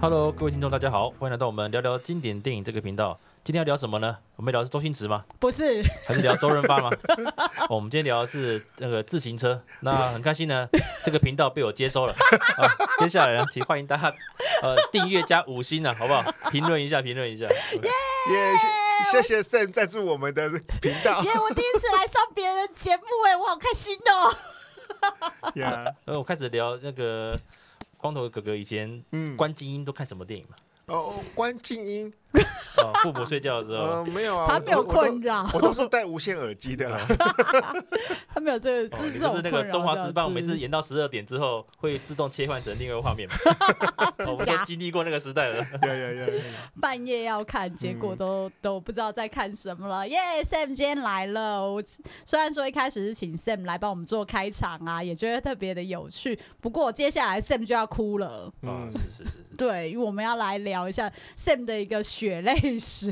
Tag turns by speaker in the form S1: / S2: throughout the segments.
S1: Hello，各位听众，大家好，欢迎来到我们聊聊经典电影这个频道。今天要聊什么呢？我们聊的是周星驰吗？
S2: 不 是，
S1: 还是聊周润发吗、哦我们今天聊的是那个自行车。那很开心呢，这个频道被我接收了。啊、接下来呢，请欢迎大家呃订阅加五星啊，好不好？评论一下，评论一下。
S3: 也谢谢谢 Sam 赞助我们的频道
S2: 耶！我第一次来上别人的节目，哎，我好开心 哦。
S3: 呀。
S1: 呃，我开始聊那个光头哥哥以前
S3: 嗯，
S1: 关静音都看什么电影嘛？
S3: 哦，关静音，
S1: 哦，父母睡觉的时候
S3: 呃，，没
S1: 哦
S3: 有啊，
S2: 他
S3: 我
S2: 没有困扰
S3: 我都，我都是戴无线耳机的啦。
S2: 他没有这个，
S1: 哦
S2: 这
S1: 你
S2: 这
S1: 不
S2: 种
S1: 是那
S2: 困
S1: 个
S2: 扰
S1: 中华职棒，
S2: 这
S1: 每
S2: 样子
S1: 次演到十二点之后会自动切换成另外一个画 面嘛？哦我们都经历过那个时代了。
S3: 呀呀呀呀 呀！
S2: 半夜要看，结
S1: 嗯
S2: 果都、都不知道在看什么了。耶、s a m 今天来了。我虽然说一开始是请 Sam 来帮我们做开场啊，也觉得特别的有趣。不过接下来 Sam 就要哭了。
S1: 啊，
S3: 嗯
S1: 是是是。
S2: 对，因为我们要来聊一下 Sam 的一个血泪史。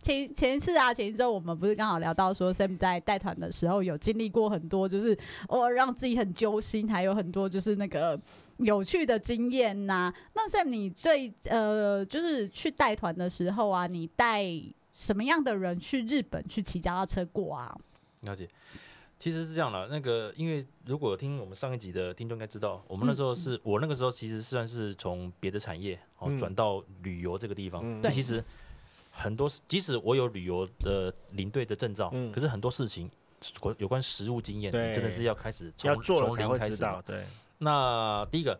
S2: 前前一次啊，前一周我们不是刚好聊到说 Sam 在带团的时候有经历过很多，就是偶尔让自己很揪心，还有很多就是那个有趣的经验呐、那 Sam 你最呃，就是去带团的时候啊，你带什么样的人去日本去骑脚踏车过啊？
S1: 了解，其实是这样的，那个因为如果听我们上一集的听众应该知道，我们那时候是、我那个时候其实算是从别的产业哦
S3: 嗯
S1: 转到旅游这个地方，
S3: 嗯
S1: 那
S2: 对
S1: 其实很多事即使我有旅游的领队的证照，
S3: 嗯
S1: 可是很多事情。有关实务经验，
S3: 对
S1: 你真的是要开始从
S3: 要做了
S1: 从
S3: 才
S1: 零
S3: 会
S1: 开
S3: 知
S1: 始嘛
S3: 道，。对，
S1: 那第一个，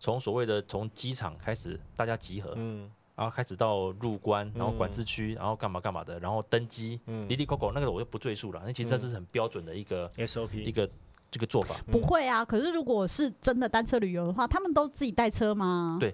S1: 从所谓的从机场开始，大家集合，
S3: 嗯
S1: 然后开始到入关，然后管
S3: 嗯
S1: 制区，然后干嘛干嘛的，然后登机，
S3: 嗯
S1: 离离扣扣那个我就不赘述了，那其实那是很标准的一个、一
S3: ，SOP
S1: 个这个做法。
S3: 嗯
S2: 不会啊，可是如果是真的单车旅游的话，他们都自己带车吗？
S1: 对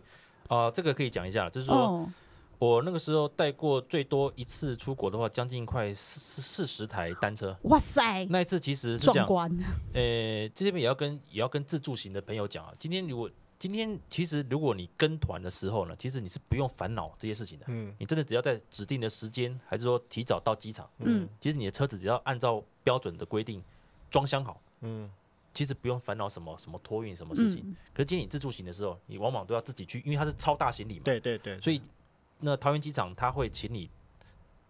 S1: 啊、这个可以讲一下，就是说、
S2: 哦，
S1: 我那个时候带过最多一次出国的话，将近快四四四十台单车。
S2: 哇塞，
S1: 那一次其实是这
S2: 壮
S1: 样，
S2: 观！
S1: 呃，这边也要跟也要跟自助型的朋友讲啊，今天如果今天其实如果你跟团的时候呢，其实你是不用烦恼这些事情的，
S3: 嗯
S1: 你真的只要在指定的时间，还是说提早到机场，
S2: 嗯，
S1: 其实你的车子只要按照标准的规定装箱好，
S3: 嗯
S1: 其实不用烦恼什么什么托运什么事情。
S2: 嗯，
S1: 可是今天你自助行的时候，你往往都要自己去，因为它是超大行李嘛，
S3: 对对对，
S1: 所以那桃园机场他会请你，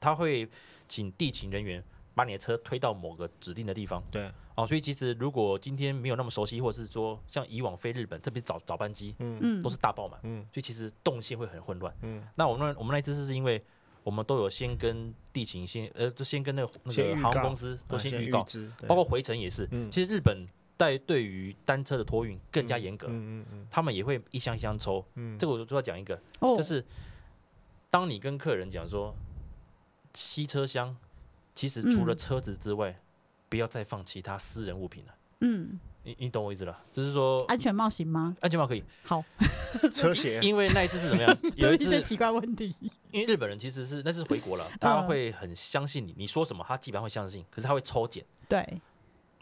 S1: 他会请地勤人员把你的车推到某个指定的地方。
S3: 对，
S1: 哦，所以其实如果今天没有那么熟悉，或者是说像以往飞日本，特别是早早班机
S3: 嗯
S2: 嗯，
S1: 都是大爆满，
S3: 嗯
S1: 所以其实动线会很混乱。
S3: 嗯，
S1: 那我们那我们那一次是因为我们都有先跟地勤先呃，就先跟那个那
S3: 先
S1: 个
S3: 预
S1: 航
S3: 告
S1: 空公司都嗯
S3: 啊
S1: 先
S3: 预
S1: 预告，
S3: 知，对
S1: 包括回程也是。
S3: 嗯
S1: 其实日本在对于单车的托运更加严格，
S3: 嗯嗯嗯
S1: 他们也会一箱一箱抽。
S3: 嗯，
S1: 这个我就要讲一个，
S2: 哦
S1: 就是当你跟客人讲说吸车厢，其实除了
S2: 嗯
S1: 车子之外，不要再放其他私人物品了。
S2: 嗯，
S1: 你你懂我意思了？就是说
S2: 安全帽行吗？
S1: 安全帽可以，
S2: 好，
S3: 车鞋，
S1: 因为那一次是怎么 样？有一
S2: 这些
S1: 次
S2: 奇怪问题。
S1: 因为日本人其实是那是回国
S2: 嗯
S1: 了，他会很相信你，你说什么他基本上会相信，可是他会抽检，
S2: 对，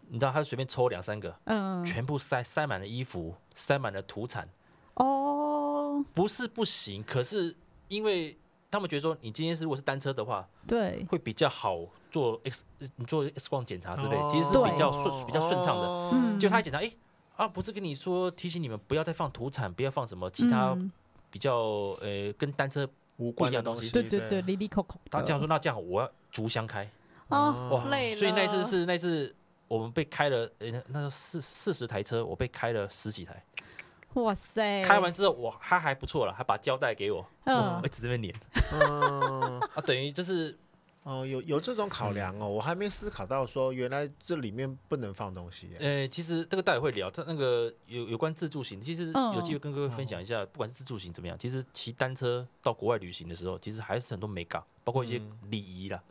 S1: 你知道他随便抽两三个，
S2: 嗯，
S1: 全部塞塞满了衣服，塞满了土产，
S2: 哦，
S1: 不是不行，可是因为他们觉得说你今天是如果是单车的话，
S2: 对，
S1: 会比较好做 X 呃你做 X 光检查之类，
S3: 哦
S1: 其实是
S2: 对
S1: 比较顺比较顺畅的。
S3: 的
S2: 嗯，
S1: 就他一检查，诶，啊，不是跟你说提醒你们不要再放土产，不要放什么其他
S2: 嗯
S1: 比较呃跟单车，
S3: 无关的
S1: 不一样的东西
S2: 对对对，，离离口口。
S1: 他这样说，那这样我要逐箱开。
S2: 哦，
S1: 哇，
S2: 累
S1: 所以那一次
S2: 了
S1: 是那一次我们被开了，呃、那时候四四十台车，我被开了十几台。
S2: 哇塞，
S1: 嗯开完之后，我他还不错了，还把胶带给我，
S2: 嗯
S1: 我一直这边粘
S3: 嗯。
S1: 啊，等于就是
S3: 哦，有有这种考量哦，我还没思考到说原来这里面不能放东西耶。
S1: 呃，其实这个待会会聊，他那个有有关自助行，其实
S2: 嗯
S1: 有机会跟各位分享一下，不管是自助行怎么样，其实骑单车到国外旅行的时候，其实还是很多美感，包括一些礼仪啦。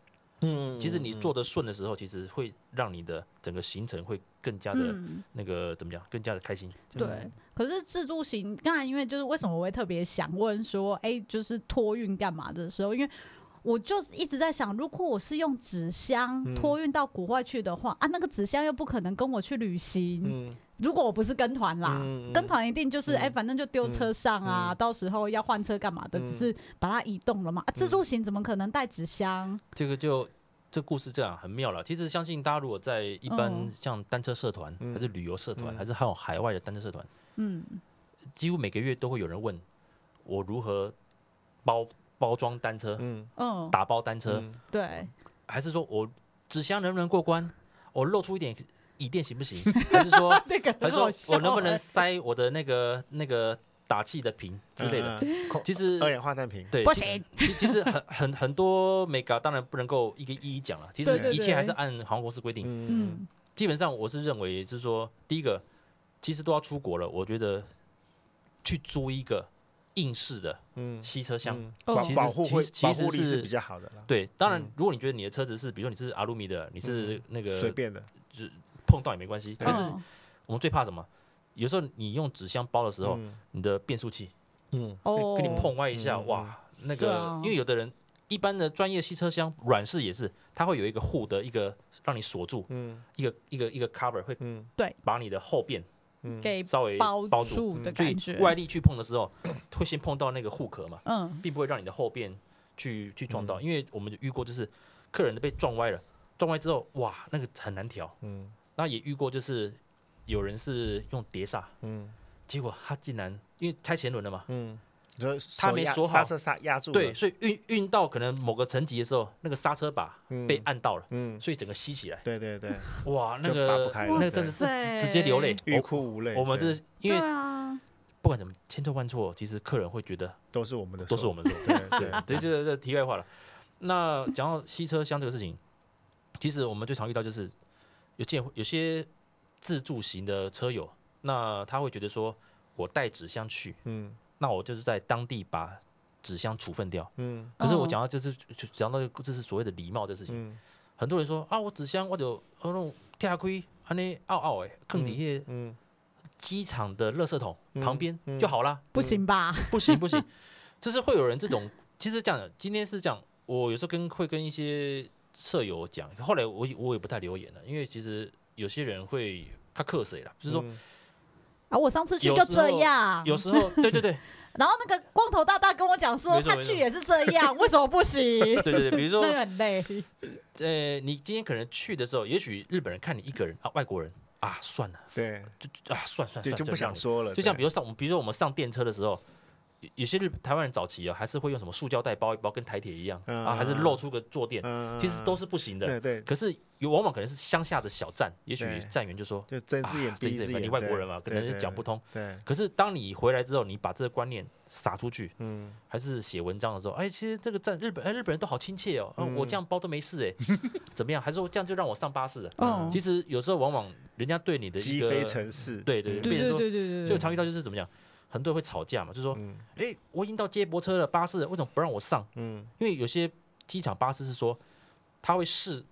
S3: 嗯
S1: 其实你做的顺的时候，其实会让你的整个行程会更加的嗯
S2: 嗯，
S1: 那个怎么讲，更加的开心。
S2: 对。可是自助行，刚才因为就是为什么我会特别想问说，哎、就是托运干嘛的时候，因为。我就是一直在想，如果我是用纸箱
S3: 嗯
S2: 托运到国外去的话，啊，那个纸箱又不可能跟我去旅行，
S3: 嗯
S2: 如果我不是跟团啦，
S3: 嗯嗯
S2: 跟团一定就是
S3: 嗯
S2: 哎、反正就丢车上啊，
S3: 嗯
S2: 到时候要换车干嘛的，
S3: 嗯
S2: 只是把它移动了
S1: 嗯
S2: 嘛。啊，自助行怎么可能带纸箱？
S1: 这个就这故事这样很妙了。其实相信大家如果在一般
S2: 嗯
S1: 像单车社团，
S3: 嗯
S1: 还是旅游社团，
S3: 嗯
S1: 还是还有海外的单车社团，
S2: 嗯，
S1: 几乎每个月都会有人问。我如何包包装单车、
S3: 嗯，
S2: 嗯，
S1: 打包单车，
S3: 嗯
S2: 对，
S1: 还是说我纸箱能不能过关？我露出一点椅垫行不行？还是说
S2: 那个
S1: 哦还
S2: 很
S1: 是说
S2: 好笑
S1: 我能不能
S2: 欸
S1: 塞我的那个那个打气的瓶之类的？
S3: 嗯，嗯空
S1: 其实
S3: 二氧化碳瓶，
S1: 对，
S2: 不
S1: 其
S2: 行，
S1: 其其实很很很多美嘎，当然不能够一个一一讲了。其
S2: 对
S1: 实
S2: 对
S1: 一切还是
S2: 对
S1: 按航空公司规定。
S3: 嗯，
S2: 嗯，
S1: 基本上我是认为，就是说，第一个，其实都要出国了，我觉得去租一个硬式的
S3: 嗯，
S1: 吸车厢，
S3: 嗯
S2: 哦
S3: 保
S1: 其实
S3: 保护
S1: 其
S3: 会
S1: 实
S3: 保护
S1: 其
S3: 力
S1: 实
S3: 是
S1: 是
S3: 比较好的啦，
S1: 对，当然
S3: 嗯，
S1: 如果你觉得你的车子是，比如说你是阿鲁米的，你是那
S3: 随
S1: 个
S3: 便的，
S1: 碰到也没关系。但是
S2: 嗯
S1: 我们最怕什么？有时候你用纸箱包的时候，
S3: 嗯
S1: 你的变速器
S3: 嗯
S2: 哦，
S1: 跟你碰歪一下，
S3: 嗯
S1: 哇，那
S2: 对
S1: 个
S2: 啊，
S1: 因为有的人一般的专业汽车箱软式也是，它会有一个护的一个让你锁住，
S3: 嗯
S1: 一个一个一个 cover 会
S3: 嗯
S1: 把你的后边
S3: 嗯，
S2: 给
S1: 稍微
S2: 包
S1: 包住，
S2: 住的
S3: 嗯
S1: 所以
S2: 感觉，
S1: 外力去碰的时候 会先碰到那个护壳嘛，
S2: 嗯，
S1: 并不会让你的后边去去撞
S3: 嗯
S1: 到，因为我们遇过就是客人都被撞歪了，撞歪之后哇，那个很难调。
S3: 嗯
S1: 那也遇过就是有人是用碟刹，
S3: 嗯
S1: 结果他竟然因为拆前轮了嘛，
S3: 嗯，你说手
S1: 他没
S3: 压
S1: 锁好
S3: 刹车刹压住了，
S1: 对，所以运运到可能某个层级的时候，那个刹车把
S3: 嗯
S1: 被按到了，
S3: 嗯，
S1: 所以整个吸起来，
S3: 对对 对，
S1: 哇，那
S3: 就拔不
S1: 个
S3: 开了
S1: 那个
S3: 对
S1: 真的
S2: 哇
S1: 是直直接流 泪。
S3: 欲
S1: 我
S3: 哭无泪，
S1: 我们
S3: 对
S1: 这因为
S2: 对啊，
S1: 不管怎么千错万错，其实客人会觉得
S3: 都是我们的
S1: 都
S3: 错，
S1: 是我们的错。
S3: 们对
S1: 对，这这这题外话了。那讲到吸车厢这个事情，其实我们最常遇到就是有些有些自助型的车友，那他会觉得说，我带纸箱去，
S3: 嗯
S1: 那我就是在当地把纸箱处分掉。
S3: 嗯
S1: 可是我
S2: 哦
S1: 讲到这是就讲到这是所谓的礼貌这事情，
S3: 嗯
S1: 很多人说啊，我纸箱我就那种跳开，安尼拗拗诶，坑底下
S3: 嗯
S1: 机场的垃圾桶
S3: 嗯
S1: 旁边
S3: 嗯
S1: 就好啦。
S2: 不行吧？
S1: 不行不行，就是会有人这种。其实这样的，今天是这样，我有时候跟会跟一些舍友讲，后来我也我也不太留言了，因为其实有些人会他克谁了，就是说
S3: 嗯
S2: 啊，我上次去
S1: 有
S2: 就
S1: 时
S2: 这
S1: 候
S2: 样，
S1: 有时候对对对
S2: 然后那个光头大大跟我讲说，
S1: 没错
S2: 他
S1: 没
S2: 去
S1: 错
S2: 也是这样，为什么不行？
S1: 对对对，比如
S2: 那
S1: 说
S2: 个很累，
S1: 呃，你今天可能去的时候，也许日本人看你一个人啊，外国人啊，算了，
S3: 对，
S1: 就就啊算算
S3: 就
S1: 算，
S3: 就不
S1: 让
S3: 想
S1: 你。
S3: 说了，
S1: 就像比
S3: 对
S1: 如上，我们比如说我们上电车的时候，有有些日台湾人早期啊，还是会用什么塑胶袋包一包，跟台铁一样啊，还是露出个坐垫，
S3: 嗯，
S1: 其实都
S3: 是
S1: 是不行的。
S3: 对对，
S1: 可是有往往可能是乡下的小站，也许
S3: 对
S1: 站员就说
S3: 就睁
S1: 啊
S3: 只眼
S1: 睁
S3: 闭
S1: 只
S3: 只
S1: 眼
S3: 眼，
S1: 你外国
S3: 对
S1: 人嘛，可
S3: 对
S1: 能
S3: 对
S1: 讲不通。
S3: 对，
S1: 可是当你回来之后，你把这个观念撒出去，
S3: 嗯
S1: 还是写文章的时候，哎，其实这个站日本，哎，日本人都好亲切哦，啊
S3: 嗯
S1: 我这样包都没事哎， 怎么样？还是说这样就让我上巴士了？
S2: 哦，
S1: 其实有时候往往人家对你的一
S3: 鸡
S1: 个
S3: 飞城市，
S1: 对对
S2: 对
S1: 变成
S2: 嗯对
S1: 说
S2: 对对对
S1: 就
S2: 对，
S1: 常遇到就是怎么讲，很多人会吵架嘛，就说，
S3: 嗯
S1: 哎，我已经到接驳车了，巴士了为什么不让我上？
S3: 嗯，
S1: 因为有些机场巴士是说，他会视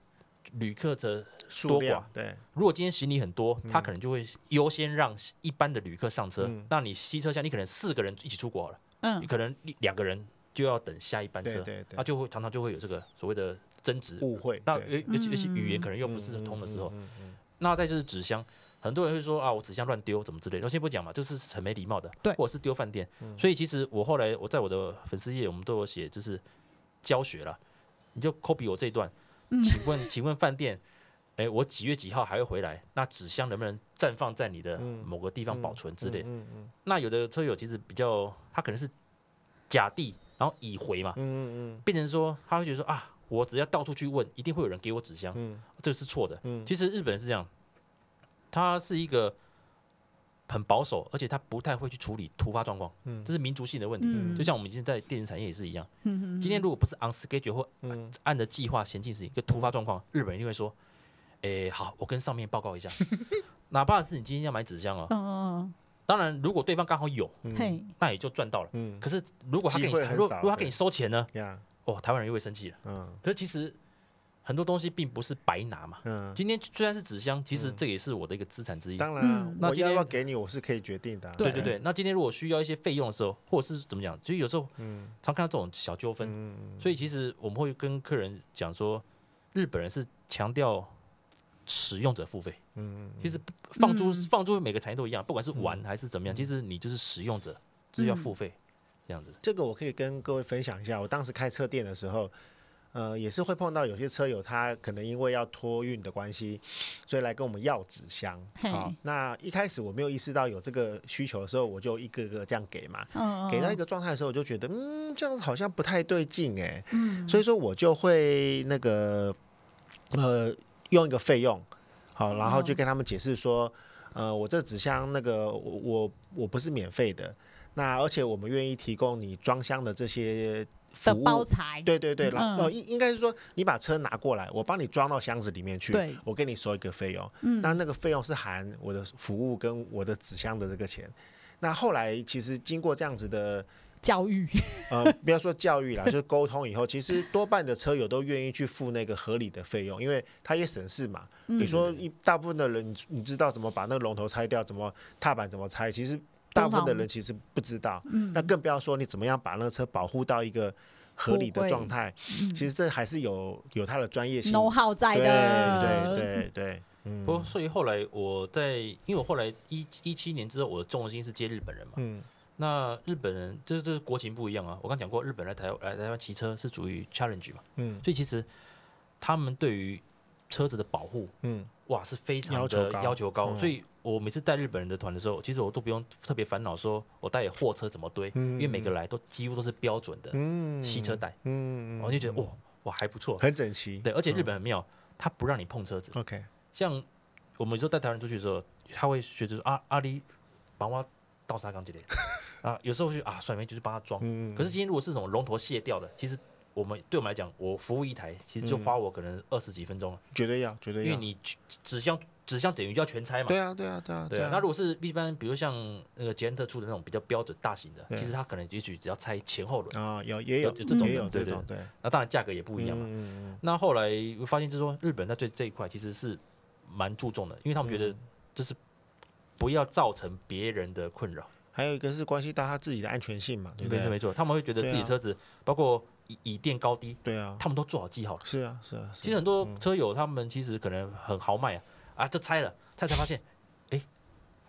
S1: 旅客的
S3: 数
S1: 多
S3: 量
S1: 寡
S3: 对，
S1: 如果今天行李很多，他可能就会优先让一般的旅客上车。
S3: 嗯
S1: 那你西车厢，你可能四个人一起出国好了，你
S2: 嗯，
S1: 可能一两个人就要等下一班
S3: 对
S1: 车，
S3: 对
S1: 那
S3: 对，
S1: 就会常常就会有这个所谓的争执。
S3: 误会，
S1: 那
S3: 对
S1: 尤尤其尤其语言
S2: 嗯
S1: 可能又不是很通的时候，，
S3: 嗯嗯
S1: 那再就是纸箱，很多人会说啊，我纸箱乱丢怎么之类的。我先不讲嘛，这是很没礼貌的，
S2: 对
S1: 或者是丢饭店。
S3: 嗯
S1: 所以其实我后来我在我的粉丝页，我们都有写，就是教学了，你就 copy 我这一段。
S2: 嗯
S1: 请问，请问饭店，哎，我几月几号还会回来？那纸箱能不能暂放在你的
S3: 嗯
S1: 某个地方
S3: 嗯
S1: 保存之类的？
S3: 嗯嗯
S1: 那有的车友其实比较，他可能是甲地，然后乙回嘛，
S3: 嗯嗯
S1: 变成说他会觉得说啊，我只要到处去问，一定会有人给我纸箱，
S3: 嗯
S1: 这是错的。
S3: 嗯，
S1: 其实日本人是这样，他是一个很保守，而且他不太会去处理突发状况，
S3: 嗯
S1: 这是民族性的问题。
S2: 嗯
S1: 就像我们今天在电子产业也是一样，
S2: 嗯
S1: 今天如果不是 on schedule 或
S3: 嗯
S1: 按着计划前进事情，一个突发状况，日本人就会说：“诶，好，我跟上面报 告一下。”哪怕是你今天要买纸箱啊，
S2: 嗯
S1: 当然如果对方刚好有，
S2: 嗯
S3: 嗯
S2: 嘿，
S1: 那也就赚到了。
S3: 嗯
S1: 可是如果他给你，
S3: 机会很
S1: 如果
S3: 少
S1: 如果他
S3: 对
S1: 给你收钱呢？
S3: 呀
S1: 哦，台湾人又会生气了。
S3: 嗯
S1: 可是其实很多东西并不是白拿嘛。
S3: 嗯，
S1: 今天虽然是纸箱，其实这也是我的一个资产之一。
S3: 当然啊
S2: 嗯，
S1: 那
S3: 我
S1: 今
S3: 要不
S1: 天
S3: 要给你，我是可以决定的啊，
S1: 对对对，那今天如果需要一些费用的时候，或者是怎么讲，就是有时候
S3: 嗯
S1: 常看到这种小纠纷，
S3: 嗯嗯
S1: 所以其实我们会跟客人讲说，日本人是强调使用者付费。
S3: 嗯嗯
S1: 其实放租、
S2: 嗯
S1: 放租每个产业都一样，不管是玩
S3: 嗯
S1: 还是怎么样，
S3: 嗯
S1: 其实你就是使用者，就是要付费、这样子。
S3: 嗯这个我可以跟各位分享一下，我当时开车店的时候，呃，也是会碰到有些车友，他可能因为要托运的关系，所以来跟我们要纸箱。
S2: 嘿
S3: 好，那一开始我没有意识到有这个需求的时候，我就一个个这样给嘛。
S2: 嗯，
S3: 给到一
S2: 个，
S3: 个状态的时候，我就觉得，嗯，这样子好像不太对劲哎、
S2: 嗯，
S3: 所以说我就会那个，呃，用一个费用，好，然后就
S2: 嗯
S3: 跟他们解释说，呃，我这纸箱那个我我我不是免费的，那而且我们愿意提供你装箱的这些服
S2: 的
S3: 务，
S2: 包材，
S3: 对对对，然
S2: 嗯
S3: 后、呃应应该是说你把车拿过来，我帮你装到箱子里面去
S2: 对，
S3: 我给你收一个费用。
S2: 嗯
S3: 那那个费用是含我的服务跟我的纸箱的这个钱。那后来其实经过这样子的，
S2: 教育，
S3: 呃，不要说教育啦，就是沟通以后，其实多半的车友都愿意去付那个合理的费用，因为他也省事嘛。你
S2: 嗯
S3: 说一大部分的人，你你知道怎么把那个龙头拆掉，怎么踏板怎么拆，其实大部分的人其实不知道。
S2: 嗯
S3: 那更不要说你怎么样把那个车保护到一个合理
S2: 不
S3: 的
S2: 会
S3: 状态，其实这还是有有它的专业性。
S2: ，no 号在
S3: 对
S2: 嗯的，
S3: 对对对，嗯，
S1: 不过，所以后来我在，因为我后来一一七年之后，我的重心是接日本人嘛。
S3: 嗯，
S1: 那日本人就是这是国情不一样啊。我刚讲过，日本人来台来台湾骑车是属于 challenge 嘛，
S3: 嗯
S1: 所以其实他们对于车子的保护，
S3: 嗯
S1: 哇，是非常
S3: 要求
S1: 的
S3: 高
S1: 要求高。
S3: 嗯
S1: 所以我每次带日本人的团的时候，其实我都不用特别烦恼，说我带货车怎么堆，
S3: 嗯
S1: 因为每个来都几乎都是标准的
S3: 嗯，
S1: 吸车带，
S3: 嗯，嗯，
S1: 我就觉得
S3: 嗯
S1: 哇哇还不 错。
S3: 很整齐。
S1: 对，而且日本很妙，他不让你碰车子。
S3: OK，
S1: 像我们有时候带台湾人出去的时候，他会学着说啊阿里帮我倒沙缸之类的啊，有时候就啊算了，就是帮他装。
S3: 嗯，
S1: 可是今天如果是这种龙头卸掉的，其实我们对我们来讲，我服务一台其实就花我可能二十几分钟了，
S3: 绝对要，绝嗯对
S1: 因为
S3: 要。
S1: 你纸箱纸箱等于要全拆嘛。
S3: 对啊，对啊，对啊，
S1: 对啊
S3: 啊，，
S1: 那如果是一般，比如像那个捷安特出的那种比较标准大型的，
S3: 对
S1: 其实它可能也许只要拆前后轮，
S3: 啊，有也有
S1: 有有这种
S3: 也
S1: 的
S3: 有
S1: 对
S3: 这
S1: 对
S3: 种，对，
S1: 那当然价格也不一样嘛。
S3: 嗯嗯
S1: 那后来我发现，就是说日本在对这一块其实是蛮注重的，因为他们觉
S3: 嗯
S1: 得就是不要造成别人的困扰。
S3: 嗯还有一个是关系到他自己的安全性嘛，对不
S1: 没错
S3: 对？
S1: 没错，他们会觉得
S3: 对啊
S1: 自己车子包括椅椅垫高低，
S3: 对啊，
S1: 他们都做好记好了。
S3: 是啊，是嗯啊，
S1: 其实很多车友他们其实可能很豪迈啊，啊，这拆了，拆才发 现，哎、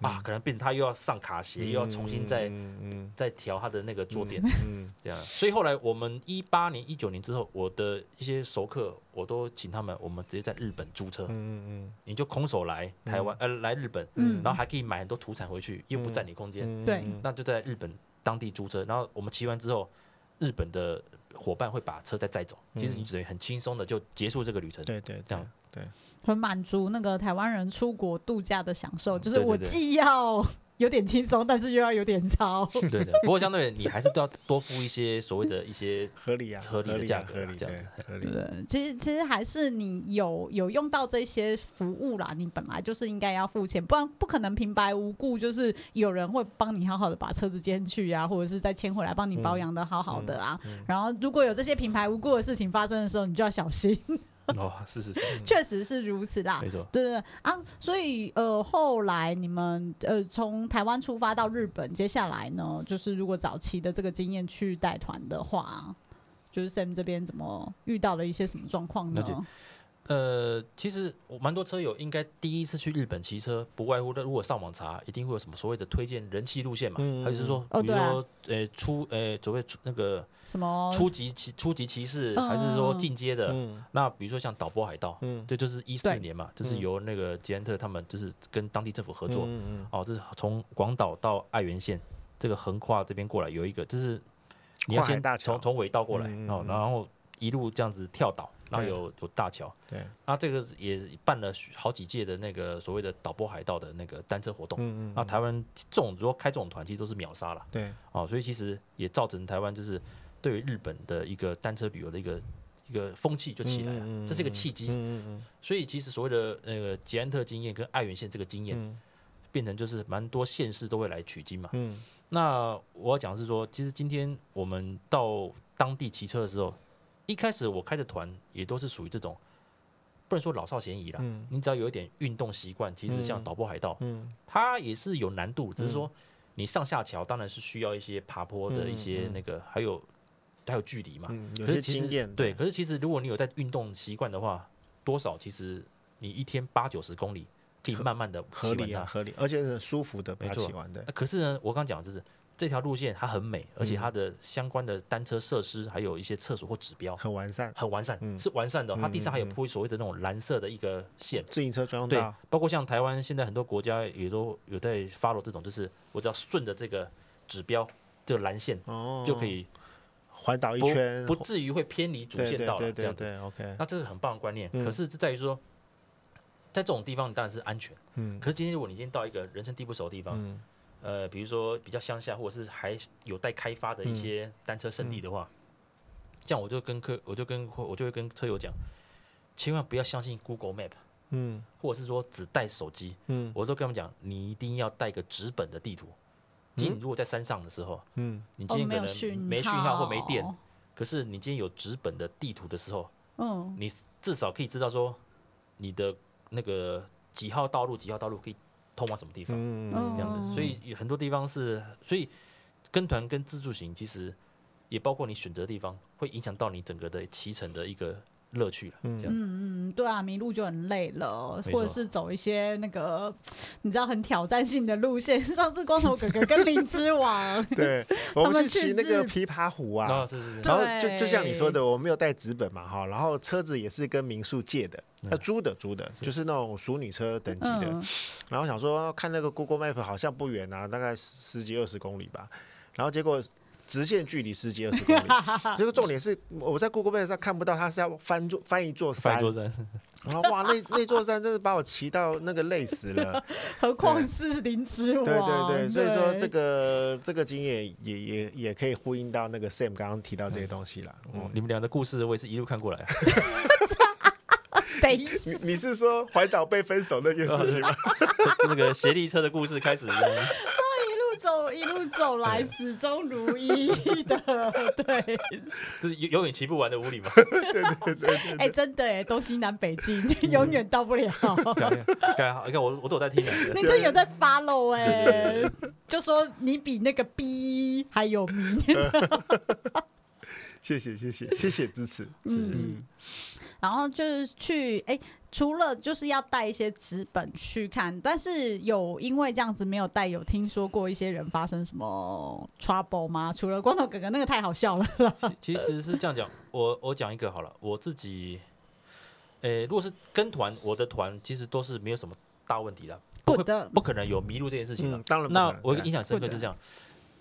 S1: 啊，可能变成他又要上卡鞋，又要重新再、
S3: 嗯
S1: 再调他的那个坐垫，
S3: 嗯
S1: 这样。所以后来我们一八年、一九年之后，我的一些熟客我都请他们，我们直接在日本租车，
S3: 嗯
S1: 你就空手来台湾，呃，来日本，
S2: 嗯
S1: 然后还可以买很多土产回去，又不占你空间，
S3: 嗯，
S2: 对
S1: 那就在日本当地租车，然后我们骑完之后，日本的伙伴会把车再载走，其实你只能很轻松的就结束这个旅程。
S3: 对对，
S1: 这样
S2: 很满足那个台湾人出国度假的享
S3: 嗯
S2: 受，就是
S1: 对对
S2: 我
S1: 对
S2: 既要 有点轻松，但是又要有点糙。
S1: 对的，不过相对你还是都要多付一些所谓的一些，
S3: 合理啊，
S1: 合理的
S3: 啊
S1: 价格啊
S3: 合理
S1: 这样
S3: 对
S1: 子
S3: 合理。
S2: 对，其实其实还是你有有用到这些服务啦，你本来就是应该要付钱，不然不可能平白无故就是有人会帮你好好的把车子牵去啊，或者是再牵回来帮你保养的好好的
S3: 嗯
S2: 啊。然后如果有这些平白无故的事情发生的时候，你就要小心，
S1: 哦，是是是，
S2: 确实是嗯如此啦。
S1: 没错。
S2: 对对对啊，所以呃，后来你们呃从台湾出发到日本，接下来呢，就是如果早期的这个经验去带团的话，就是 Sam 这边怎么遇到了一些什么状况呢
S1: 了？解呃，其实我蛮多车友应该第一次去日本骑车，不外乎的，如果上网查，一定会有什么所谓的推荐人气路线嘛，
S3: 嗯
S1: 还有就是说，
S2: 哦
S1: 比如
S2: 对啊
S1: 说，呃，初呃，所谓初那个
S2: 什么？哦
S1: 初级骑初级骑士，
S2: 嗯
S1: 还是说进阶的？
S3: 嗯
S1: 那比如说像导播海盗，
S3: 嗯，
S1: 这就是一四
S2: 对
S1: 年嘛，就是
S3: 嗯
S1: 由那个捷安特他们就是跟当地政府合作，
S3: 嗯
S1: 哦，这是从广岛到爱媛县这个横跨这边过来，有一个就是你要
S3: 跨海
S1: 先
S3: 大桥
S1: 从从尾道过来
S3: 嗯嗯
S1: 哦，
S3: 嗯
S1: 然后一路这样子跳岛，然后
S3: 对
S1: 有有大桥，
S3: 对，
S1: 那这个也办了许好几届的那个所谓的岛波海盗的那个单车活动。
S3: 嗯嗯，
S1: 那台湾这种如果开这种团，其实都是秒杀了
S3: 对，
S1: 哦，所以其实也造成台湾就是对于日本的一个单车旅游的一个一个风气就起来了，
S3: 嗯嗯嗯
S1: 这是一个契机。
S3: 嗯嗯
S1: 所以其实所谓的呃那个捷安特经验跟爱媛县这个经验，
S3: 嗯
S1: 变成就是蛮多县市都会来取经嘛。
S3: 嗯
S1: 那我要讲的是说，其实今天我们到当地骑车的时候，一开始我开的团也都是属于这种，不能说老少咸宜啦。
S3: 嗯
S1: 你只要有一点运动习惯，其实像
S3: 嗯
S1: 导播海盗，
S3: 嗯
S1: 它也是有难度，只是说你上下桥当然是需要一些爬坡的
S3: 嗯
S1: 一些
S3: 嗯
S1: 那个，还有还有距离嘛。
S3: 嗯，有
S1: 可
S3: 些
S1: 是其
S3: 经
S1: 实
S3: 验，
S1: 对，，可是其实如果你有在运动习惯的话，多少其实你一天八九十公里可以慢慢的
S3: 合理啊，
S1: 啊。
S3: 合理，而且是很舒服的，把它
S1: 没错
S3: 骑完的。
S1: 呃可是呢，我刚讲的就是这条路线它很美，而且它的相关的单车设施还有一些厕所或指标
S3: 很完善，
S1: 很完善，
S3: 嗯
S1: 是完善的哦、它地上还有
S3: 嗯嗯嗯
S1: 铺所谓的那种蓝色的一个线。
S3: 自行车专用
S1: 对
S3: 道，，
S1: 包括像台湾现在很多国家也都有在 follow 这种，就是我只要顺着这个指标这个蓝线、
S3: 哦，
S1: 就可以
S3: 环岛一
S1: 不
S3: 圈，
S1: 不至于会偏离主
S3: 对
S1: 线
S3: 对
S1: 道了
S3: 对
S1: 这
S3: 对
S1: 样子。
S3: 对，OK，
S1: 那这是很棒的观念，
S3: 嗯
S1: 可是是在于说，在这种地方你当然是安全，
S3: 嗯
S1: 可是今天如果你今天到一个人生地不熟的地方，
S3: 嗯
S1: 呃，比如说比较乡下，或者是还有待开发的
S3: 嗯
S1: 一些单车圣地的话，这样我就跟客，我就跟我就会跟车友讲，千万不要相信 Google Map，
S3: 嗯
S1: 或者是说只带手机，
S3: 嗯
S1: 我都跟他们讲，你一定要带个纸本的地图。今天你如果在山上的时候，
S3: 嗯
S1: 你
S2: 哦，
S1: 今天
S2: 没
S1: 可
S2: 有
S1: 能
S2: 讯
S1: 没讯号或没电，，可是你今天有纸本的地图的时候，
S2: 嗯，
S1: 你至少可以知道说你的那个几号道路、几号道路可以通往什么地方。
S3: 嗯，
S1: 这样
S2: 哦
S1: 子，所以有很多地方是，所以跟团跟自助行其实也包括你选择的地方，会影响到你整个的骑乘的一个乐趣了。这样，
S2: 嗯，对啊，迷路就很累了，
S1: 没
S2: 或者
S1: 错
S2: 是走一些那个你知道很挑战性的路线。上次光头哥哥跟灵 之王
S3: 对，我们
S2: 们
S3: 去
S2: 去
S3: 骑那个
S2: 日
S3: 琵琶湖
S1: 然后
S3: 啊。
S1: 是是是
S2: 对，
S3: 然后就就像你说的，我没有带纸本嘛哈，然后车子也是跟民宿借的，
S1: 嗯
S3: 呃租的租的，就是那种淑女车等级的。
S2: 嗯，
S3: 然后想说看那个 Google Map 好像不远啊，大概十十几二十公里吧。然后结果直线距离十几二十公里，这个重点是我在 Google Map 上看不到，它是要翻座翻一座山
S1: 翻，桌山，
S3: 然后哇，那那座山真是把我骑到那个累死了。
S2: 何况是灵之王，
S3: 对对对，所以说这
S2: 对
S3: 个这个经验也也也可以呼应到那个 Sam 刚刚提到这些东西啦。
S1: 哦
S3: 嗯，
S1: 你们俩的故事我也是一路看过 来啊，
S2: 等一下
S3: 你你是说环岛被分手那件 事
S1: 哦
S3: 情吗？
S1: 这那个斜立车的故事开始，
S2: 一路走一路走来，始终如 一的，对，
S1: 就是永永远骑不完的五 里嘛。
S2: 哎，真的哎，东西南北京永远到不 了。
S1: 看啊看看我我都有在听啊，
S2: 你真有在 follow 哎、
S1: 对对对
S2: 就说你比那个 B 还有名。
S3: 谢谢谢谢谢谢支持。
S2: 嗯， 然后就是去哎、除了就是要带一些纸本去看，但是有因为这样子没有带，有听说过一些人发生什么 trouble 吗？除了光头哥哥那个太好笑 了啦，
S1: 其实是这样讲，我我讲一个好了，我自己，诶、如果是跟团，我的团其实都是没有什么大问题的，不会
S2: Good 的
S1: 不可能有迷路这件事情的。
S3: 嗯，当然不可
S1: 那
S3: 能
S1: 我有一
S3: 对
S1: 个印象深刻
S2: Good
S1: 是这样，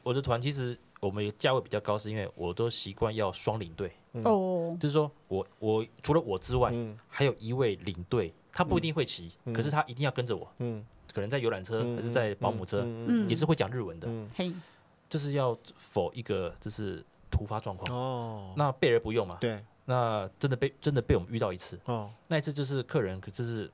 S1: 我的团其实我们价位比较高，是因为我都习惯要双领队，
S3: 嗯
S2: 哦，
S1: 就是说我我除了我之外，
S3: 嗯
S1: 还有一位领队，他不一定会骑，
S3: 嗯
S1: 可是他一定要跟着我，
S3: 嗯，
S1: 可能在游览车
S3: 嗯
S1: 还是在保姆车，
S2: 嗯
S1: 也是会讲日文的，
S3: 嗯
S2: 嘿，
S1: 就是要否一个就是突发状况。
S3: 哦，
S1: 那备而不用嘛，
S3: 对
S1: 那真的被真的被我们遇到一次，
S3: 哦，
S1: 那一次就是客人，可就是，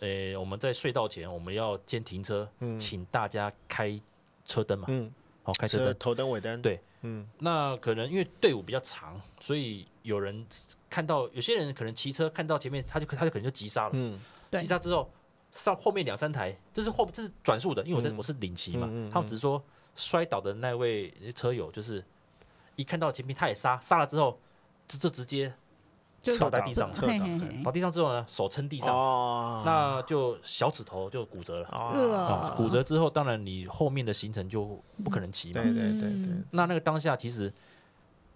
S1: 呃，我们在隧道前我们要先停车，
S3: 嗯
S1: 请大家开车灯嘛，
S3: 嗯，
S1: 好、开车
S3: 车
S1: 灯。
S3: 头灯尾灯，
S1: 对，
S3: 嗯
S1: 那可能因为队伍比较长，所以有人看到有些人可能骑车看到前面，他就他就可能就急刹了，
S3: 嗯
S2: 对
S1: 急刹之后上后面两三台，这是后这是转速的，因为我在、
S3: 嗯
S1: 我是领骑嘛，
S3: 嗯嗯嗯
S1: 他们只是说摔倒的那位车友就是一看到前面他也刹，刹了之后就就直接
S2: 就
S1: 倒在地上了，
S3: 侧
S2: 嘿
S3: 倒
S2: 嘿
S3: 对
S2: 嘿
S1: 倒，地上之后呢，手撑地上，
S3: 哦，
S1: 那就小指头就骨折了。
S3: 哦，
S1: 啊，骨折之后，当然你后面的行程就不可能骑
S3: 对
S1: 嘛。
S3: 对对对
S2: 嗯，
S1: 那那个当下，其实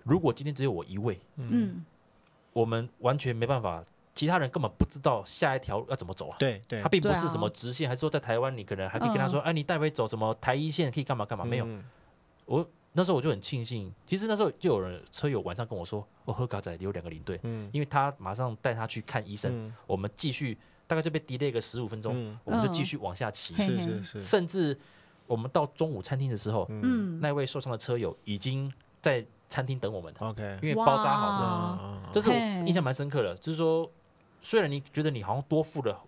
S1: 如果今天只有我一位，
S2: 嗯，
S1: 我们完全没办法，其他人根本不知道下一条要怎么走啊。
S3: 对对
S1: 他，并不
S2: 对
S1: 是
S2: 啊嗯
S1: 什么直线，还是说在台湾你可能还可以跟他说，哎，你带回走什么台一线可以干嘛干嘛？没有，
S3: 嗯，
S1: 我那时候我就很庆幸，其实那时候就有人车友晚上跟我说，我喝嘎仔有两个领队，
S3: 嗯
S1: 因为他马上带他去看医生，
S3: 嗯
S1: 我们继续大概就被 delay 个十五分钟，
S3: 嗯，
S1: 我们就继
S2: 嗯
S1: 续往下骑。
S2: 嘿
S3: 是
S2: 嘿
S3: 是是，
S1: 甚至我们到中午餐厅的时候，
S3: 嗯
S2: 嗯，
S1: 那位受伤的车友已经在餐厅等我们了，
S3: ，OK，
S1: 因为包扎好
S2: 哇
S1: 了。
S3: 啊，
S1: 这是我
S2: 嘿
S1: 印象蛮深刻的，就是说，虽然你觉得你好像多付了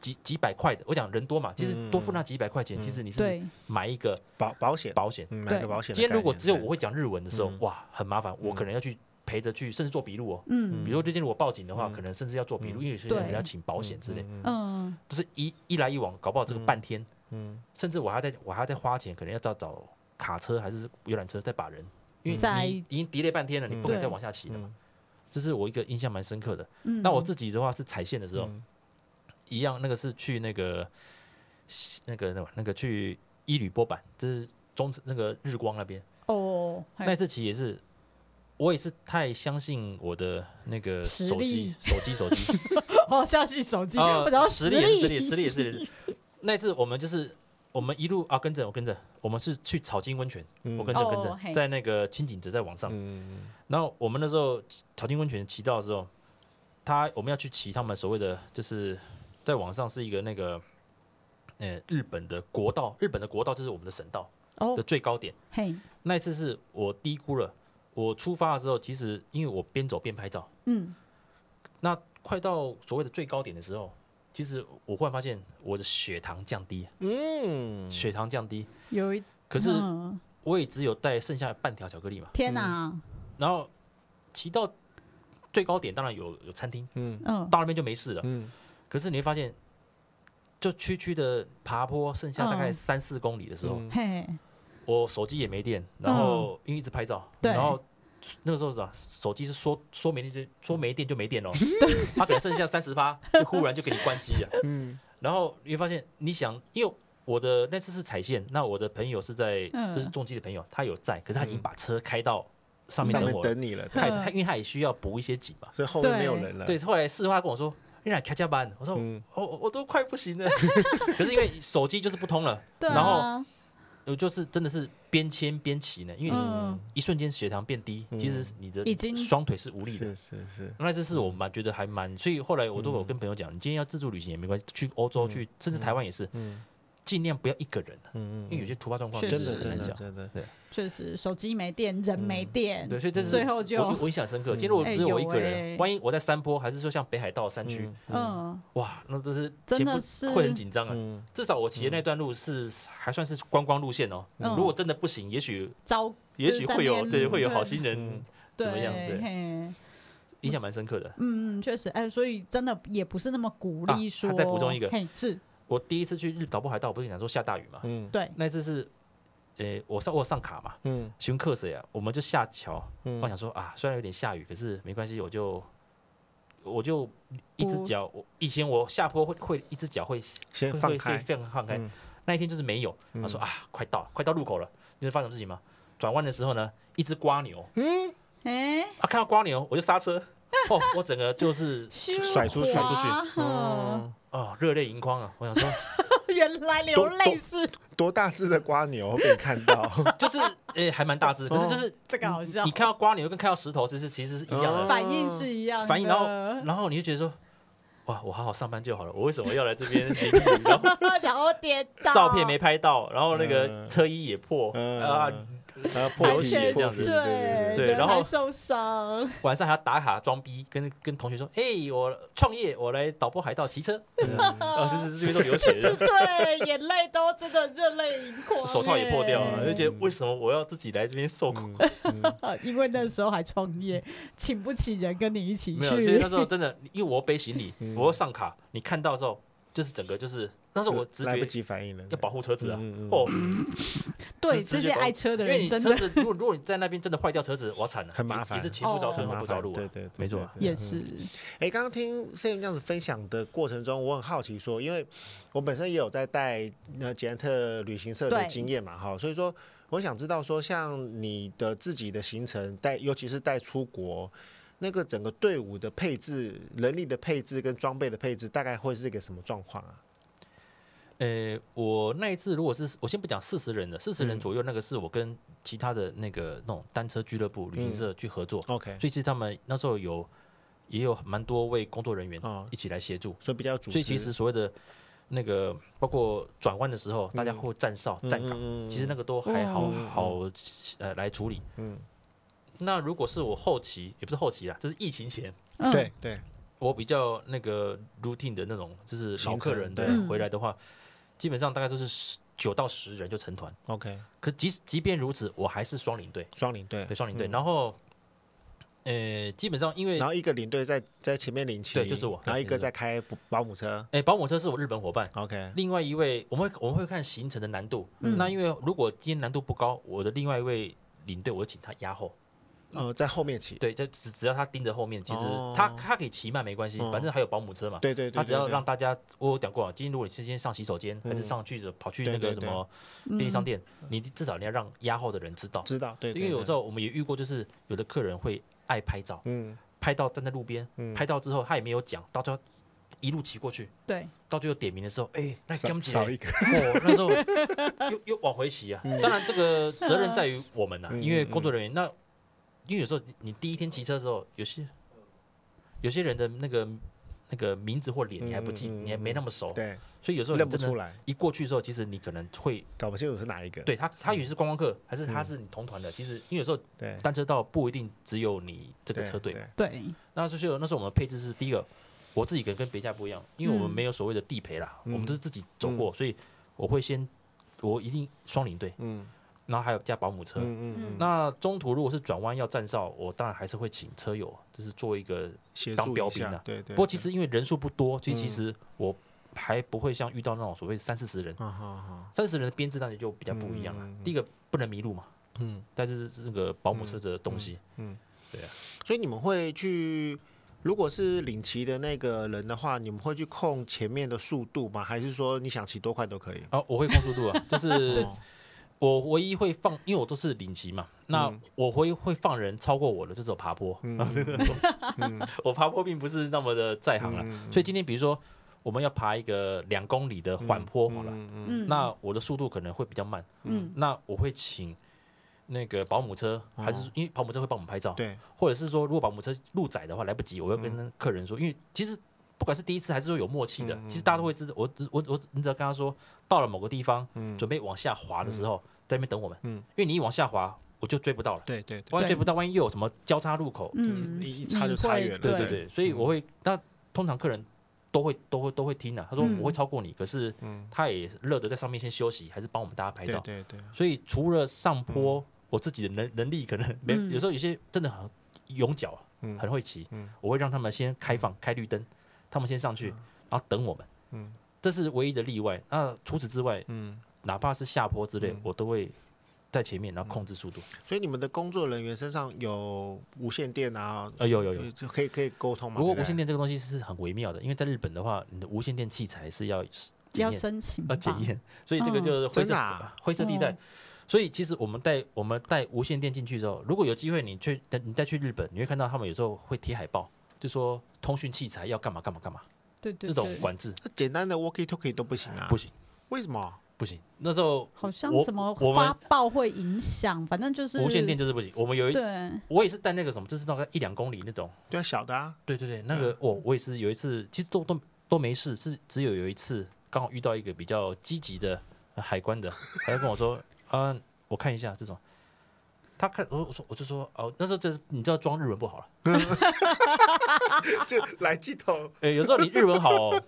S1: 几几百块的，我讲人多嘛，其
S3: 嗯嗯
S1: 实多付那几百块钱，
S3: 嗯
S1: 其实你是
S2: 对，
S1: 买一个
S3: 保保险，
S1: 保险。
S3: 嗯，买个
S2: 对
S3: 保险的
S1: 今
S3: 概念。
S1: 天如果只有
S3: 对
S1: 我会讲日文的时候
S3: 嗯，
S1: 哇，很麻烦，我
S3: 嗯
S1: 可能要去陪着去，甚至做笔录哦。
S2: 嗯
S1: 比如说，最近如果报警的话，
S3: 嗯
S1: 可能甚至要做笔录，因为有些
S2: 对
S1: 人要请保险之类，，
S3: 嗯
S2: 嗯，
S1: 就是一一来一往，搞不好这个
S3: 嗯
S1: 半天。
S3: 嗯
S1: 甚至我还要再我还要再花钱，可能要再找卡车还是游览车再把人，因为
S2: 再
S1: 你已经叠了半天了，你
S3: 嗯
S1: 不可能再
S2: 对
S1: 往下骑了嘛。
S3: 嗯
S1: 这是我一个印象蛮深刻的。
S2: 嗯
S1: 那我自己的话是哦踩线的时候
S3: 嗯
S1: 一样，那个是去那个那个那个那个去伊吕波板，这是中那个日光那边。
S2: 哦，嘿
S1: 那次骑也是，我也是太相信我的那个
S2: 实
S1: 手机
S2: 力，
S1: 手机，手机
S2: 哦，相信手机，
S1: 啊，
S2: 然后
S1: 实力也是实力，实力也是实力。 那次我们就是我们一路啊跟着我跟着，我们是去草金温泉，
S3: 嗯
S1: 我跟着跟
S2: 哦
S1: 着，
S2: 嘿
S1: 在那个清景泽在往上。
S3: 嗯，
S1: 然后我们那时候草金温泉骑到的时候，他我们要去骑他们所谓的就是在网上是一个那个。呃，日本的国道，日本的国道就是我们的省道
S2: 哦
S1: 的，最高点。
S2: 嘿，
S1: 那一次是我低估了，我出发的时候，其实因为我边走边拍照，
S2: 嗯，
S1: 那快到所谓的最高点的时候，其实我忽然发现我的血糖降低，
S3: 嗯，
S1: 血糖降低，
S2: 有一，
S1: 可是
S2: 嗯
S1: 我也只有带剩下半条巧克力嘛。
S2: 天哪，
S1: 然后骑到最高点，当然有有餐厅，
S3: 嗯
S2: 嗯，
S1: 到那边就没事了。
S3: 嗯，
S1: 可是你会发现，就区区的爬坡，剩下大概
S2: 嗯
S1: 三四公里的时候，
S3: 嗯
S2: 嘿，
S1: 我手机也没电，然后因为一直拍照，
S2: 对
S1: 然后那个时候是吧，手机是说说没电就说没电就没电哦，它可能剩下三十八，就忽然就给你关机了。
S3: 嗯，
S1: 然后你会发现，你想，因为我的那次是踩线，那我的朋友是在，
S2: 嗯
S1: 就是重机的朋友，他有在，可是他已经把车开到上面
S3: 上
S1: 等
S3: 面
S1: 我了，
S3: 等你了，对
S1: 他也
S2: 嗯
S1: 他因为他也需要补一些景嘛。
S3: 所以后面
S2: 对
S3: 没有人了，
S1: 对，后来事后他跟我说。你俩开加班，我说我哦
S3: 嗯
S1: 我我都快不行了， 可是因为手机就是不通了，
S2: 对啊，
S1: 然后我就是真的是边牵边骑呢，因为你
S2: 嗯，
S1: 一瞬间血糖变低，其实你的
S2: 已经
S1: 双腿是无力的。
S3: 嗯是嗯是是，
S1: 那次是我蛮觉得还蛮，所以后来我都有跟朋友讲，你今天要自助旅行也没关系，去欧洲去，甚至台湾也是，
S3: 嗯
S1: 尽量不要一个人，啊
S3: 嗯
S1: 因为有些突发状况
S2: 确
S3: 真
S2: 实
S3: 的
S1: 是
S3: 真
S1: 很
S3: 的
S1: 难讲。
S3: 真的，
S2: 确实手机没电，人没电，
S1: 嗯对，所以这是
S2: 最后就
S1: 我我印象深
S3: 嗯
S1: 刻。今天如果只有我一个
S2: 哎有
S1: 人，
S2: 哎
S1: 万一我在山坡，还是说像北海道山区，
S2: 嗯，
S1: 哇，那都是
S2: 真的
S1: 前不
S2: 是
S1: 会很紧张啊。
S3: 嗯
S1: 至少我骑的那段路是还算是观光路线哦。
S2: 嗯
S1: 如果真的不行，也许
S2: 糟，
S1: 也许会有
S2: 就是在那边
S1: 对会有
S2: 对
S1: 好心
S3: 嗯
S1: 人，
S2: 对，
S1: 怎么样对
S2: 嘿
S1: 印象蛮深刻的。
S2: 嗯，确实，哎，所以真的也不是那么鼓
S1: 啊
S2: 励说，
S1: 还再补充一个
S2: 嘿，是
S1: 我第一次去日岛北海道，我不是跟你讲说下大雨嘛？
S3: 嗯
S2: 对，
S1: 那次是，诶、我上我有上卡嘛，
S3: 嗯
S1: 寻客谁啊？我们就下桥，我
S3: 嗯，
S1: 想说啊，虽然有点下雨，可是没关系，我就我就一只
S2: 不
S1: 脚，我以前我下坡会会一只脚会
S3: 先
S1: 会
S3: 放
S1: 会会
S3: 开，
S1: 放放开
S3: 嗯，
S1: 那一天就是没有。他说啊，快到了快到路口了，你知道发生什么事情吗？转弯的时候呢，一只瓜牛
S2: 哎，
S1: 啊，看到瓜牛我就刹车，哦，我整个 就是
S3: 甩出
S2: 去
S3: 甩
S1: 出去，
S2: 嗯
S3: 哦，
S1: 哦热泪盈眶啊！我想说，
S2: 原来流泪是
S3: 多大只的瓜牛被你看 到，
S1: 就是诶、还蛮大只，可是就是
S2: 这个好笑
S1: 你看到瓜牛跟看到石头，其实其实是一样的。
S3: 哦
S2: 反应是一样的，
S1: 反应，然后然后你就觉得说，哇，我好好上班就好了，我为什么要来这边淋雨？ 然后
S2: 然后跌倒，
S1: 照片没拍到，然后那个
S3: 嗯
S1: 车衣也破，
S3: 嗯
S1: 啊，
S3: 然后
S1: 流
S3: 破
S1: 血
S3: 皮
S1: 这
S3: 破
S1: 样
S3: 皮，
S1: 子
S2: 对
S3: 对
S1: 对
S2: 人
S1: 然后
S2: 还受伤，
S1: 晚上还要打卡装逼，跟跟同学说，哎，我创业，我来导播海盗骑车，
S3: 嗯
S1: 啊，就是这边都流血
S2: 是
S1: 了。
S2: 对，眼泪都真的热泪盈眶，
S1: 手套也破掉了，就
S2: 哎
S1: 觉得
S3: 嗯
S1: 为什么我要自己来这边受苦？
S2: 啊因为那时候还创业，请不起人跟你一起
S1: 没有，所以
S2: 去
S1: 那，时候真的，因为我要背行李，
S3: 嗯
S1: 我要上卡，你看到的时候，就是整个就是那时候我直
S3: 来不
S1: 觉
S3: 及反应了，
S1: 要保护车子啊
S3: 嗯嗯嗯，
S1: 哦，
S2: 对
S1: 直直
S2: 这
S1: 接
S2: 些
S1: 把我
S2: 爱车的
S1: 因为
S2: 人
S1: 你
S2: 真
S1: 车
S2: 的
S1: 子，如果如果你在那边真的坏掉车子，我惨了，
S3: 很麻
S1: 你
S3: 烦哦
S1: 你是前不着
S3: 很
S1: 村
S3: 麻
S1: 后不
S3: 烦
S1: 着路
S3: 对
S1: 啊。
S3: 对，对
S1: 没错
S3: 对对
S2: 也
S3: 嗯
S2: 是，
S3: 哎，刚刚听 Sam 这样子分享的过程中，我很好奇说，因为我本身也有在带那捷安特旅行社的
S2: 对
S3: 经验嘛，哈，所以说我想知道说，像你的自己的行程带，尤其是带出国，那个整个队伍的配置、人力的配置跟装备的配置，大概会是一个什么状况啊？
S1: 呃，我那一次如果是我先不讲四十人的，四
S3: 嗯
S1: 十人左右那个是我跟其他的那个那种单车俱乐部、旅行
S3: 嗯
S1: 社去合作，
S3: OK，
S1: 所以其实他们那时候有也有蛮多位工作人员
S3: 哦
S1: 一起来协助，
S3: 所以比较有组织，
S1: 所以其实所谓的那个包括转弯的时候，大家会站哨、站岗，
S3: 嗯
S1: 其实那个都还好
S3: 嗯
S1: 好呃来处理。
S3: 嗯，
S1: 那如果是我后期，也不是后期啦，就是疫情前，
S2: 嗯，
S3: 对对，
S1: 我比较那个 routine 的那种，就是老客人
S3: 行程
S1: 的
S3: 对
S2: 嗯
S1: 回来的话，基本上大概都是十九到十人就成团。
S3: ，OK，
S1: 可即使即便如此，我还是双领队，
S3: 双领队
S1: 对，双领队。然后，呃，基本上因为
S3: 嗯然后一个领队在在前面领旗，
S1: 对就是我
S3: 然后一
S1: 对就
S3: 个
S1: 是
S3: 在开保姆车
S1: 哎，保姆车是我日本伙伴，
S3: ，OK，
S1: 另外一位我们会我们会看行程的难度。
S2: 嗯
S1: 那因为如果今天难度不高，我的另外一位领队我会请他压后，
S3: 呃，在后面骑，
S1: 对，就只只要他盯着后面，其实
S3: 哦
S1: 他他可以骑慢没关系，
S3: 嗯
S1: 反正还有保姆车嘛。
S3: 对对对，
S1: 啊他只要
S3: 对
S1: 让大家，我有讲过啊，今天如果你是先上洗手间，还是
S3: 嗯
S1: 上去跑去
S3: 对
S1: 那个
S3: 对
S1: 什
S3: 对
S1: 么便利商
S2: 嗯
S1: 店，你至少你要让压后的人知道
S3: 对，知道，对，
S1: 因为有时
S3: 候，
S1: 候我们也遇过，就是有的客人会爱拍照，
S3: 嗯
S1: 拍到站在路边，
S3: 嗯，
S1: 拍到之后他也没有讲，到最后一路骑过去，
S2: 对，
S1: 到最后点名的时候，哎，那
S3: 少
S1: 干姐，
S3: 少一个，
S1: 哦，那时候又又往回骑啊。当然，这个责任在于我们呐、啊
S3: 嗯
S1: 因为工作人员。那因为有时候你你第一天骑车的时候，有些有些人的那个那个名字或脸你还不记，
S3: 嗯嗯嗯
S1: 你还没那么熟，
S3: 对，
S1: 哦所以有时候你
S3: 认不
S1: 真
S3: 出
S1: 的
S3: 来，
S1: 一过去之后，其实你可能会
S3: 搞不清楚是哪一个，
S1: 对他，他以为是观光客，还是他是你同团的。其实因为有时候
S3: 嗯对，
S1: 单车道不一定只有你这个车队，
S3: 对，
S2: 对，
S1: 那就是有那时候我们配置是第一个，我自己可能跟别家不一样，因为我们
S2: 嗯
S1: 没有所谓的地陪啦，
S3: 嗯
S1: 我们都是自己走过，所以我会先我一定双领队，
S3: 嗯
S1: 然后还有加保姆车。
S3: 嗯嗯嗯，
S1: 那中途如果是转弯要站哨，我当然还是会请车友，就是做一个。
S3: 协
S1: 当
S3: 助
S1: 标
S3: 一下
S1: 兵啊
S3: 对对，
S1: 不过
S3: 对
S1: 其实因为人数不多，所以其
S3: 嗯
S1: 实我还不会像遇到那种所谓三四十人，
S3: 啊好好，
S1: 三四十人的编制那就就比较不一样了。啊
S3: 嗯嗯嗯
S1: 第一个不能迷路嘛，
S3: 嗯，
S1: 但是这个保姆车的东西，
S3: 所以你们会去。如果是领骑的那个人的话，你们会去控前面的速度吗？还是说你想骑多快都可以？
S1: 啊，我会控速度啊，就是我唯一会放，因为我都是领级嘛，那
S3: 嗯
S1: 我会会放人超过我的，这种爬坡。啊真的，
S3: 嗯
S1: 我爬坡并不是那么的在行了，所以今天比如说我们要爬一个两公里的缓坡好了，
S3: 嗯
S2: 嗯，
S1: 那我的速度可能会比较慢，
S2: 嗯
S1: 那我会请。那个保姆车还
S3: 哦
S1: 是因为保姆车会帮我们拍照，
S3: 对，
S1: 或者是说如果保姆车路窄的话来不及，我会跟客人说，因为其实不管是第一次还是说有默契的，其实大家都会知道，我只我我你只要跟他说到了某个地方，准备往下滑的时候，在那边等我们，
S3: 嗯
S1: 因为你一往下滑，我就追不到了，
S3: 对对对，
S1: 万一追不到，万一又有什么交叉路口，
S2: 嗯，
S3: 一一差就
S2: 你
S3: 差
S2: 会
S3: 远了
S1: 对
S2: 对
S1: 对对，所以我会，那通常客人都会都会都会听的、啊他说
S2: 嗯
S1: 我会超过你，可是他也乐得在上面先休息，还是帮我们大家拍
S3: 对
S1: 照，
S3: 对对，
S1: 所以除了上坡，
S3: 嗯
S1: 我自己的能能力可能没，
S2: 嗯
S1: 有时候有些真的很勇脚，
S3: 嗯
S1: 很会骑，
S3: 嗯
S1: 我会让他们先开放开绿灯，他们先上去，然后等我们，
S3: 嗯
S1: 这是唯一的例外。那除此之外，
S3: 嗯，
S1: 哪怕是下坡之类，
S3: 嗯
S1: 我都会在前面，然后控制速度。
S3: 所以你们的工作人员身上有无线电啊，
S1: 呃，有有有。
S3: 就可以可以沟通嘛？
S1: 不过
S3: 对
S1: 无
S3: 不
S1: 线
S3: 对
S1: 电这个东西是很微妙的，因为在日本的话，你的无线电器材是要检
S2: 要
S1: 验
S2: 申请
S1: 要
S2: 吧，
S1: 检验，所以这个
S2: 嗯
S1: 就是灰
S3: 真
S1: 色、
S3: 的啊
S1: 灰色地带。
S2: 哦
S1: 所以其实我们带我们带无线电进去之后，如果有机会你去你再去日本，你会看到他们有时候会贴海报，就说通讯器材要干嘛干嘛干嘛，
S2: 对对，
S1: 这种
S2: 对
S1: 管制
S3: 那简单的 walkie talkie 都不行啊？
S1: 不行
S3: 为什么？
S1: 不行。那时候
S2: 好像
S1: 我
S2: 什么
S1: 我
S2: 发
S1: 们
S2: 报会影响，反正就是
S1: 无线电就是不行。我们有一
S2: 对，
S1: 我也是带那个什么，就是大概一两公里那种。
S3: 对啊，小的啊，
S1: 对对对，那个我、我也是有一次，其实都都都没事，是只有有一次刚好遇到一个比较积极的、呃海关的，他就跟我说，嗯、我看一下这种。他看我我说我就说哦，那时候就是你知道装日文不好了，
S3: 就来鸡头，
S1: 哎、有时候你日文好、哦，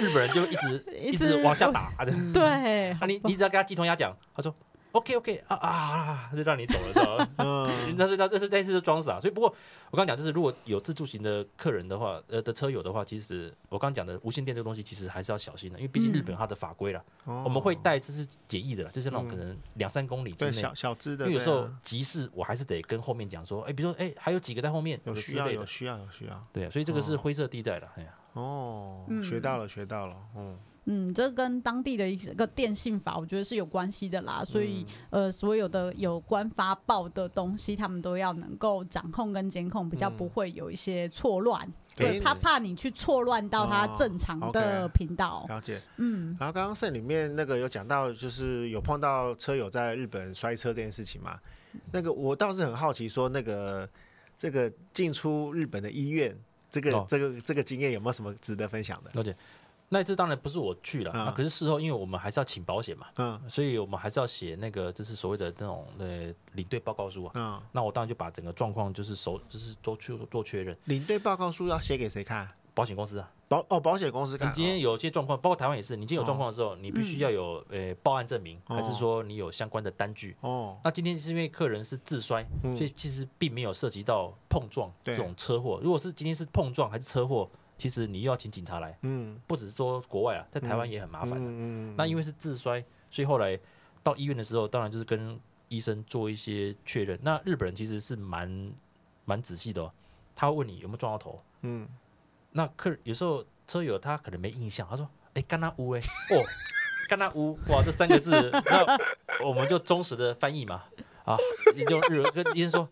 S1: 日本人就一直
S2: 一
S1: 一直
S2: 直
S1: 往下打的。
S2: 对，
S1: 啊，你你只要跟他鸡同鸭讲，他说 OK OK 啊啊啊，他就让你走了，知 道吗？
S3: 嗯，
S1: 那是那那是那次就装傻，所以不过我刚刚讲就是，如果有自助型的客人的话，呃的车友的话，其实我刚刚讲的无线电这个东西，其实还是要小心的，因为毕竟日本有它的法规啦，我
S3: 我
S1: 们会带这是解译的啦，就是那种可能两三公里之
S3: 对
S1: 内
S3: 小，小只
S1: 因
S3: 的，
S1: 为有
S3: 对
S1: 时候
S3: 啊
S1: 急事我还是得跟后面讲说，哎，比如说哎还有几个在后面
S3: 有
S1: 之
S3: 需要
S1: 类
S3: 有
S1: 的，
S3: 需要有需要
S1: 对啊，所以这个是灰色地带了，哎呀，
S3: 哦，
S2: 嗯
S3: 学到了学到了，嗯，
S2: 嗯，这跟当地的一个电信法，我觉得是有关系的啦。所以，
S1: 嗯
S2: 呃，所有的有关发报的东西，他们都要能够掌控跟监控，比较
S1: 嗯
S2: 不会有一些错乱。对
S3: 诶
S2: 他怕你去错乱到他
S3: 哦
S2: 正常的
S3: OK
S2: 频道。
S3: 了解。
S2: 嗯，
S3: 然后刚刚圣里面那个有讲到，就是有碰到车友在日本摔车这件事情嘛？那个我倒是很好奇，说那个这个进出日本的医院，这个、
S1: 哦
S3: 这个这个经验有没有什么值得分享的？
S1: 了解。那一次当然不是我去了，
S3: 嗯
S1: 那可是事后因为我们还是要请保险嘛，
S3: 嗯
S1: 所以我们还是要写那个就是所谓的那种呃领队报告书啊。
S3: 嗯，
S1: 那我当然就把整个状况就是熟，就是都去做确认。
S3: 领队报告书要写给谁看？
S1: 保险公司啊，
S3: 保哦，保险公司
S1: 你
S3: 看。
S1: 今天有些状况，包括台湾也是，你今天有状况的时候，你必须要有呃报案证明，
S3: 嗯哦
S1: 还是说你有相关的单据？
S3: 哦，
S1: 那今天是因为客人是自摔，
S3: 嗯
S1: 所以其实并没有涉及到碰撞
S3: 对
S1: 这种车祸。如果是今天是碰撞还是车祸，其实你又要请警察来，
S3: 嗯，
S1: 不只是说国外啊，在台湾也很麻烦。
S3: 嗯
S1: 那因为是自摔，所以后来到医院的时候，当然就是跟医生做一些确认。那日本人其实是蛮蛮仔细的、哦，他会问你有没有撞到头。
S3: 嗯，
S1: 那客人有时候车友他可能没印象，他说：“哎、干那乌哎，哦， 干那乌，哇，这三个字， 那我们就忠实的翻译嘛，啊，用日文跟医生说，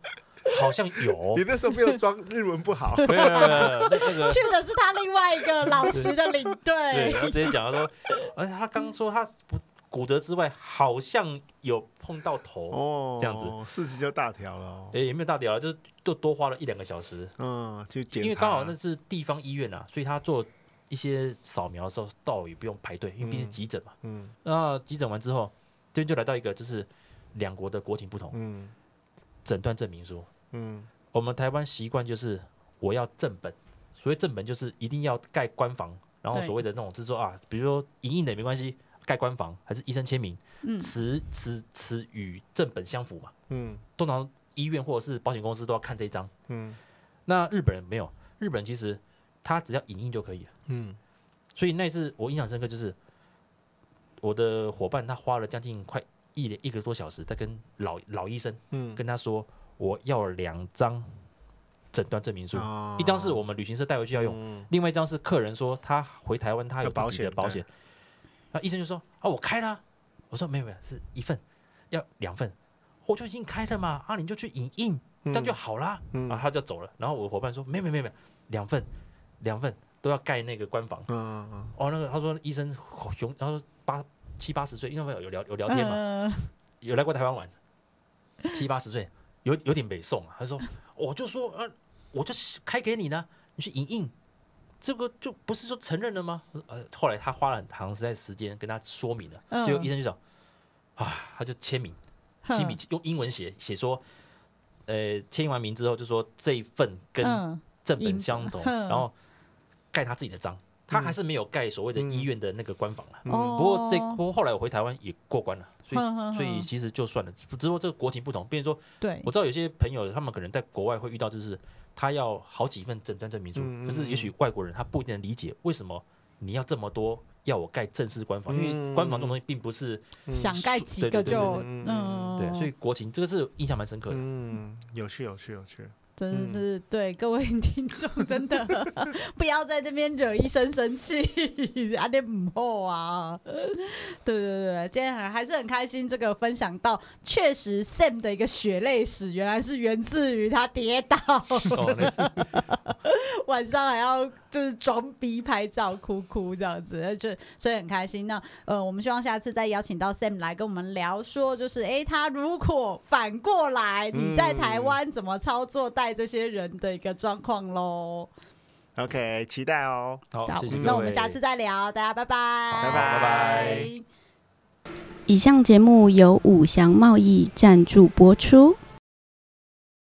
S1: 好像有
S3: 你，那时候没有装日文不 好，
S1: 没有没有没有那那 个
S2: 去的是他另外一 个老实的领
S1: 对，
S2: 队
S1: 然，后直接讲他说，而且他刚说他不骨折之外，好像有碰到头，
S3: 哦，
S1: 这样子
S3: 事情就大条了哦。
S1: 哎、也没有大屌了，就是就多花了一两个小时，
S3: 嗯，去检查，
S1: 因为刚好那是地方医院啊，所以他做一些扫描的时候倒也不用排队，因为毕竟
S3: 嗯
S1: 急诊嘛。
S3: 嗯
S1: 那急诊完之后，这边就来到一个就是两国的国情不同，
S3: 嗯
S1: 诊断证明书。
S3: 嗯
S1: 我们台湾习惯就是我要正本，所谓正本就是一定要盖官房，然后
S2: 对
S1: 所谓的那种就是说啊，比如说影印的也没关系，盖官房还是医生签名，
S2: 嗯，
S1: 此此此与正本相符嘛。
S3: 嗯
S1: 通常医院或者是保险公司都要看这一张。
S3: 嗯
S1: 那日本人没有，日本人其实他只要影印就可以了。
S3: 嗯
S1: 所以那一次我印象深刻，就是我的伙伴他花了将近快一一个多小时在跟老老医生
S3: 嗯，
S1: 跟他说，我要两张诊断证明书，
S3: 哦
S1: 一张是我们旅行社带回去要用，
S3: 嗯
S1: 另外一张是客人说他回台湾他有
S3: 有保
S1: 自己的
S3: 险
S1: 保险，那医生就说啊我开了啊，我说没有没有是一份要两份，我就已经开了嘛，啊你就去影印，这样就好啦。啊
S3: 嗯
S1: 然后他就走了。然后我伙伴说：“没有没有没有没有，两份，两份都要盖那个官房。
S3: 嗯嗯”
S1: 哦，那个他说医生好熊，他说八七八十岁，因为我们有有聊有聊天嘛，
S2: 呃
S1: 有来过台湾玩，七八十岁有有点北宋啊。他说：“ 我就说呃，我就开给你呢，你去影印。”这个就不是说承认了吗？我说呃，后来他花了很长时间时间跟他说明了，
S2: 嗯
S1: 最后医生就讲，啊，他就签名，
S2: 哼
S1: 亲笔用英文写写说，呃，签完名之后就说这一份跟
S2: 嗯
S1: 正本相同，
S2: 嗯
S1: 然后盖他自己的章，他还是没有盖所谓的
S3: 嗯
S1: 医院的那个官房了。
S3: 嗯
S2: 哦嗯
S1: 不过这不过后来我回台湾也过关了，所以
S2: 哼哼哼
S1: 所以其实就算了，只不过这个国情不同，变成说
S2: 对
S1: 我知道有些朋友他们可能在国外会遇到，就是他要好几份诊断证明书，
S3: 嗯嗯
S1: 可是也许外国人他不一定能理解为什么你要这么多。要我盖正式官房，因为
S3: 嗯
S1: 官房这种东西并不是
S2: 想盖几个
S1: 对对对
S2: 就
S3: 嗯嗯
S2: 嗯，
S1: 对，所以国情这个是印象蛮深刻的。
S3: 嗯，有趣有趣有趣，
S2: 真的是对各位 听众，真的 不要在那边惹医生生气，啊，点母后啊！对对对，今天很还是很开心，这个分享到确实 Sam 的一个血泪史，原来是源自于他跌倒，
S1: 哦，那是
S2: 晚上还要就是装逼拍照哭哭这样子，就所以很开心。那呃，我们希望下次再邀请到 Sam 来跟我们聊说，就是诶，他如果反过来你在台湾怎么操作带这些人的一个状况喽。
S3: OK，期待哦。
S1: 好，谢谢各位。
S2: 嗯那我们下次再聊，大家拜拜，
S1: 好
S3: 拜拜
S1: 拜拜
S4: 以上节目由五祥贸易赞助播出。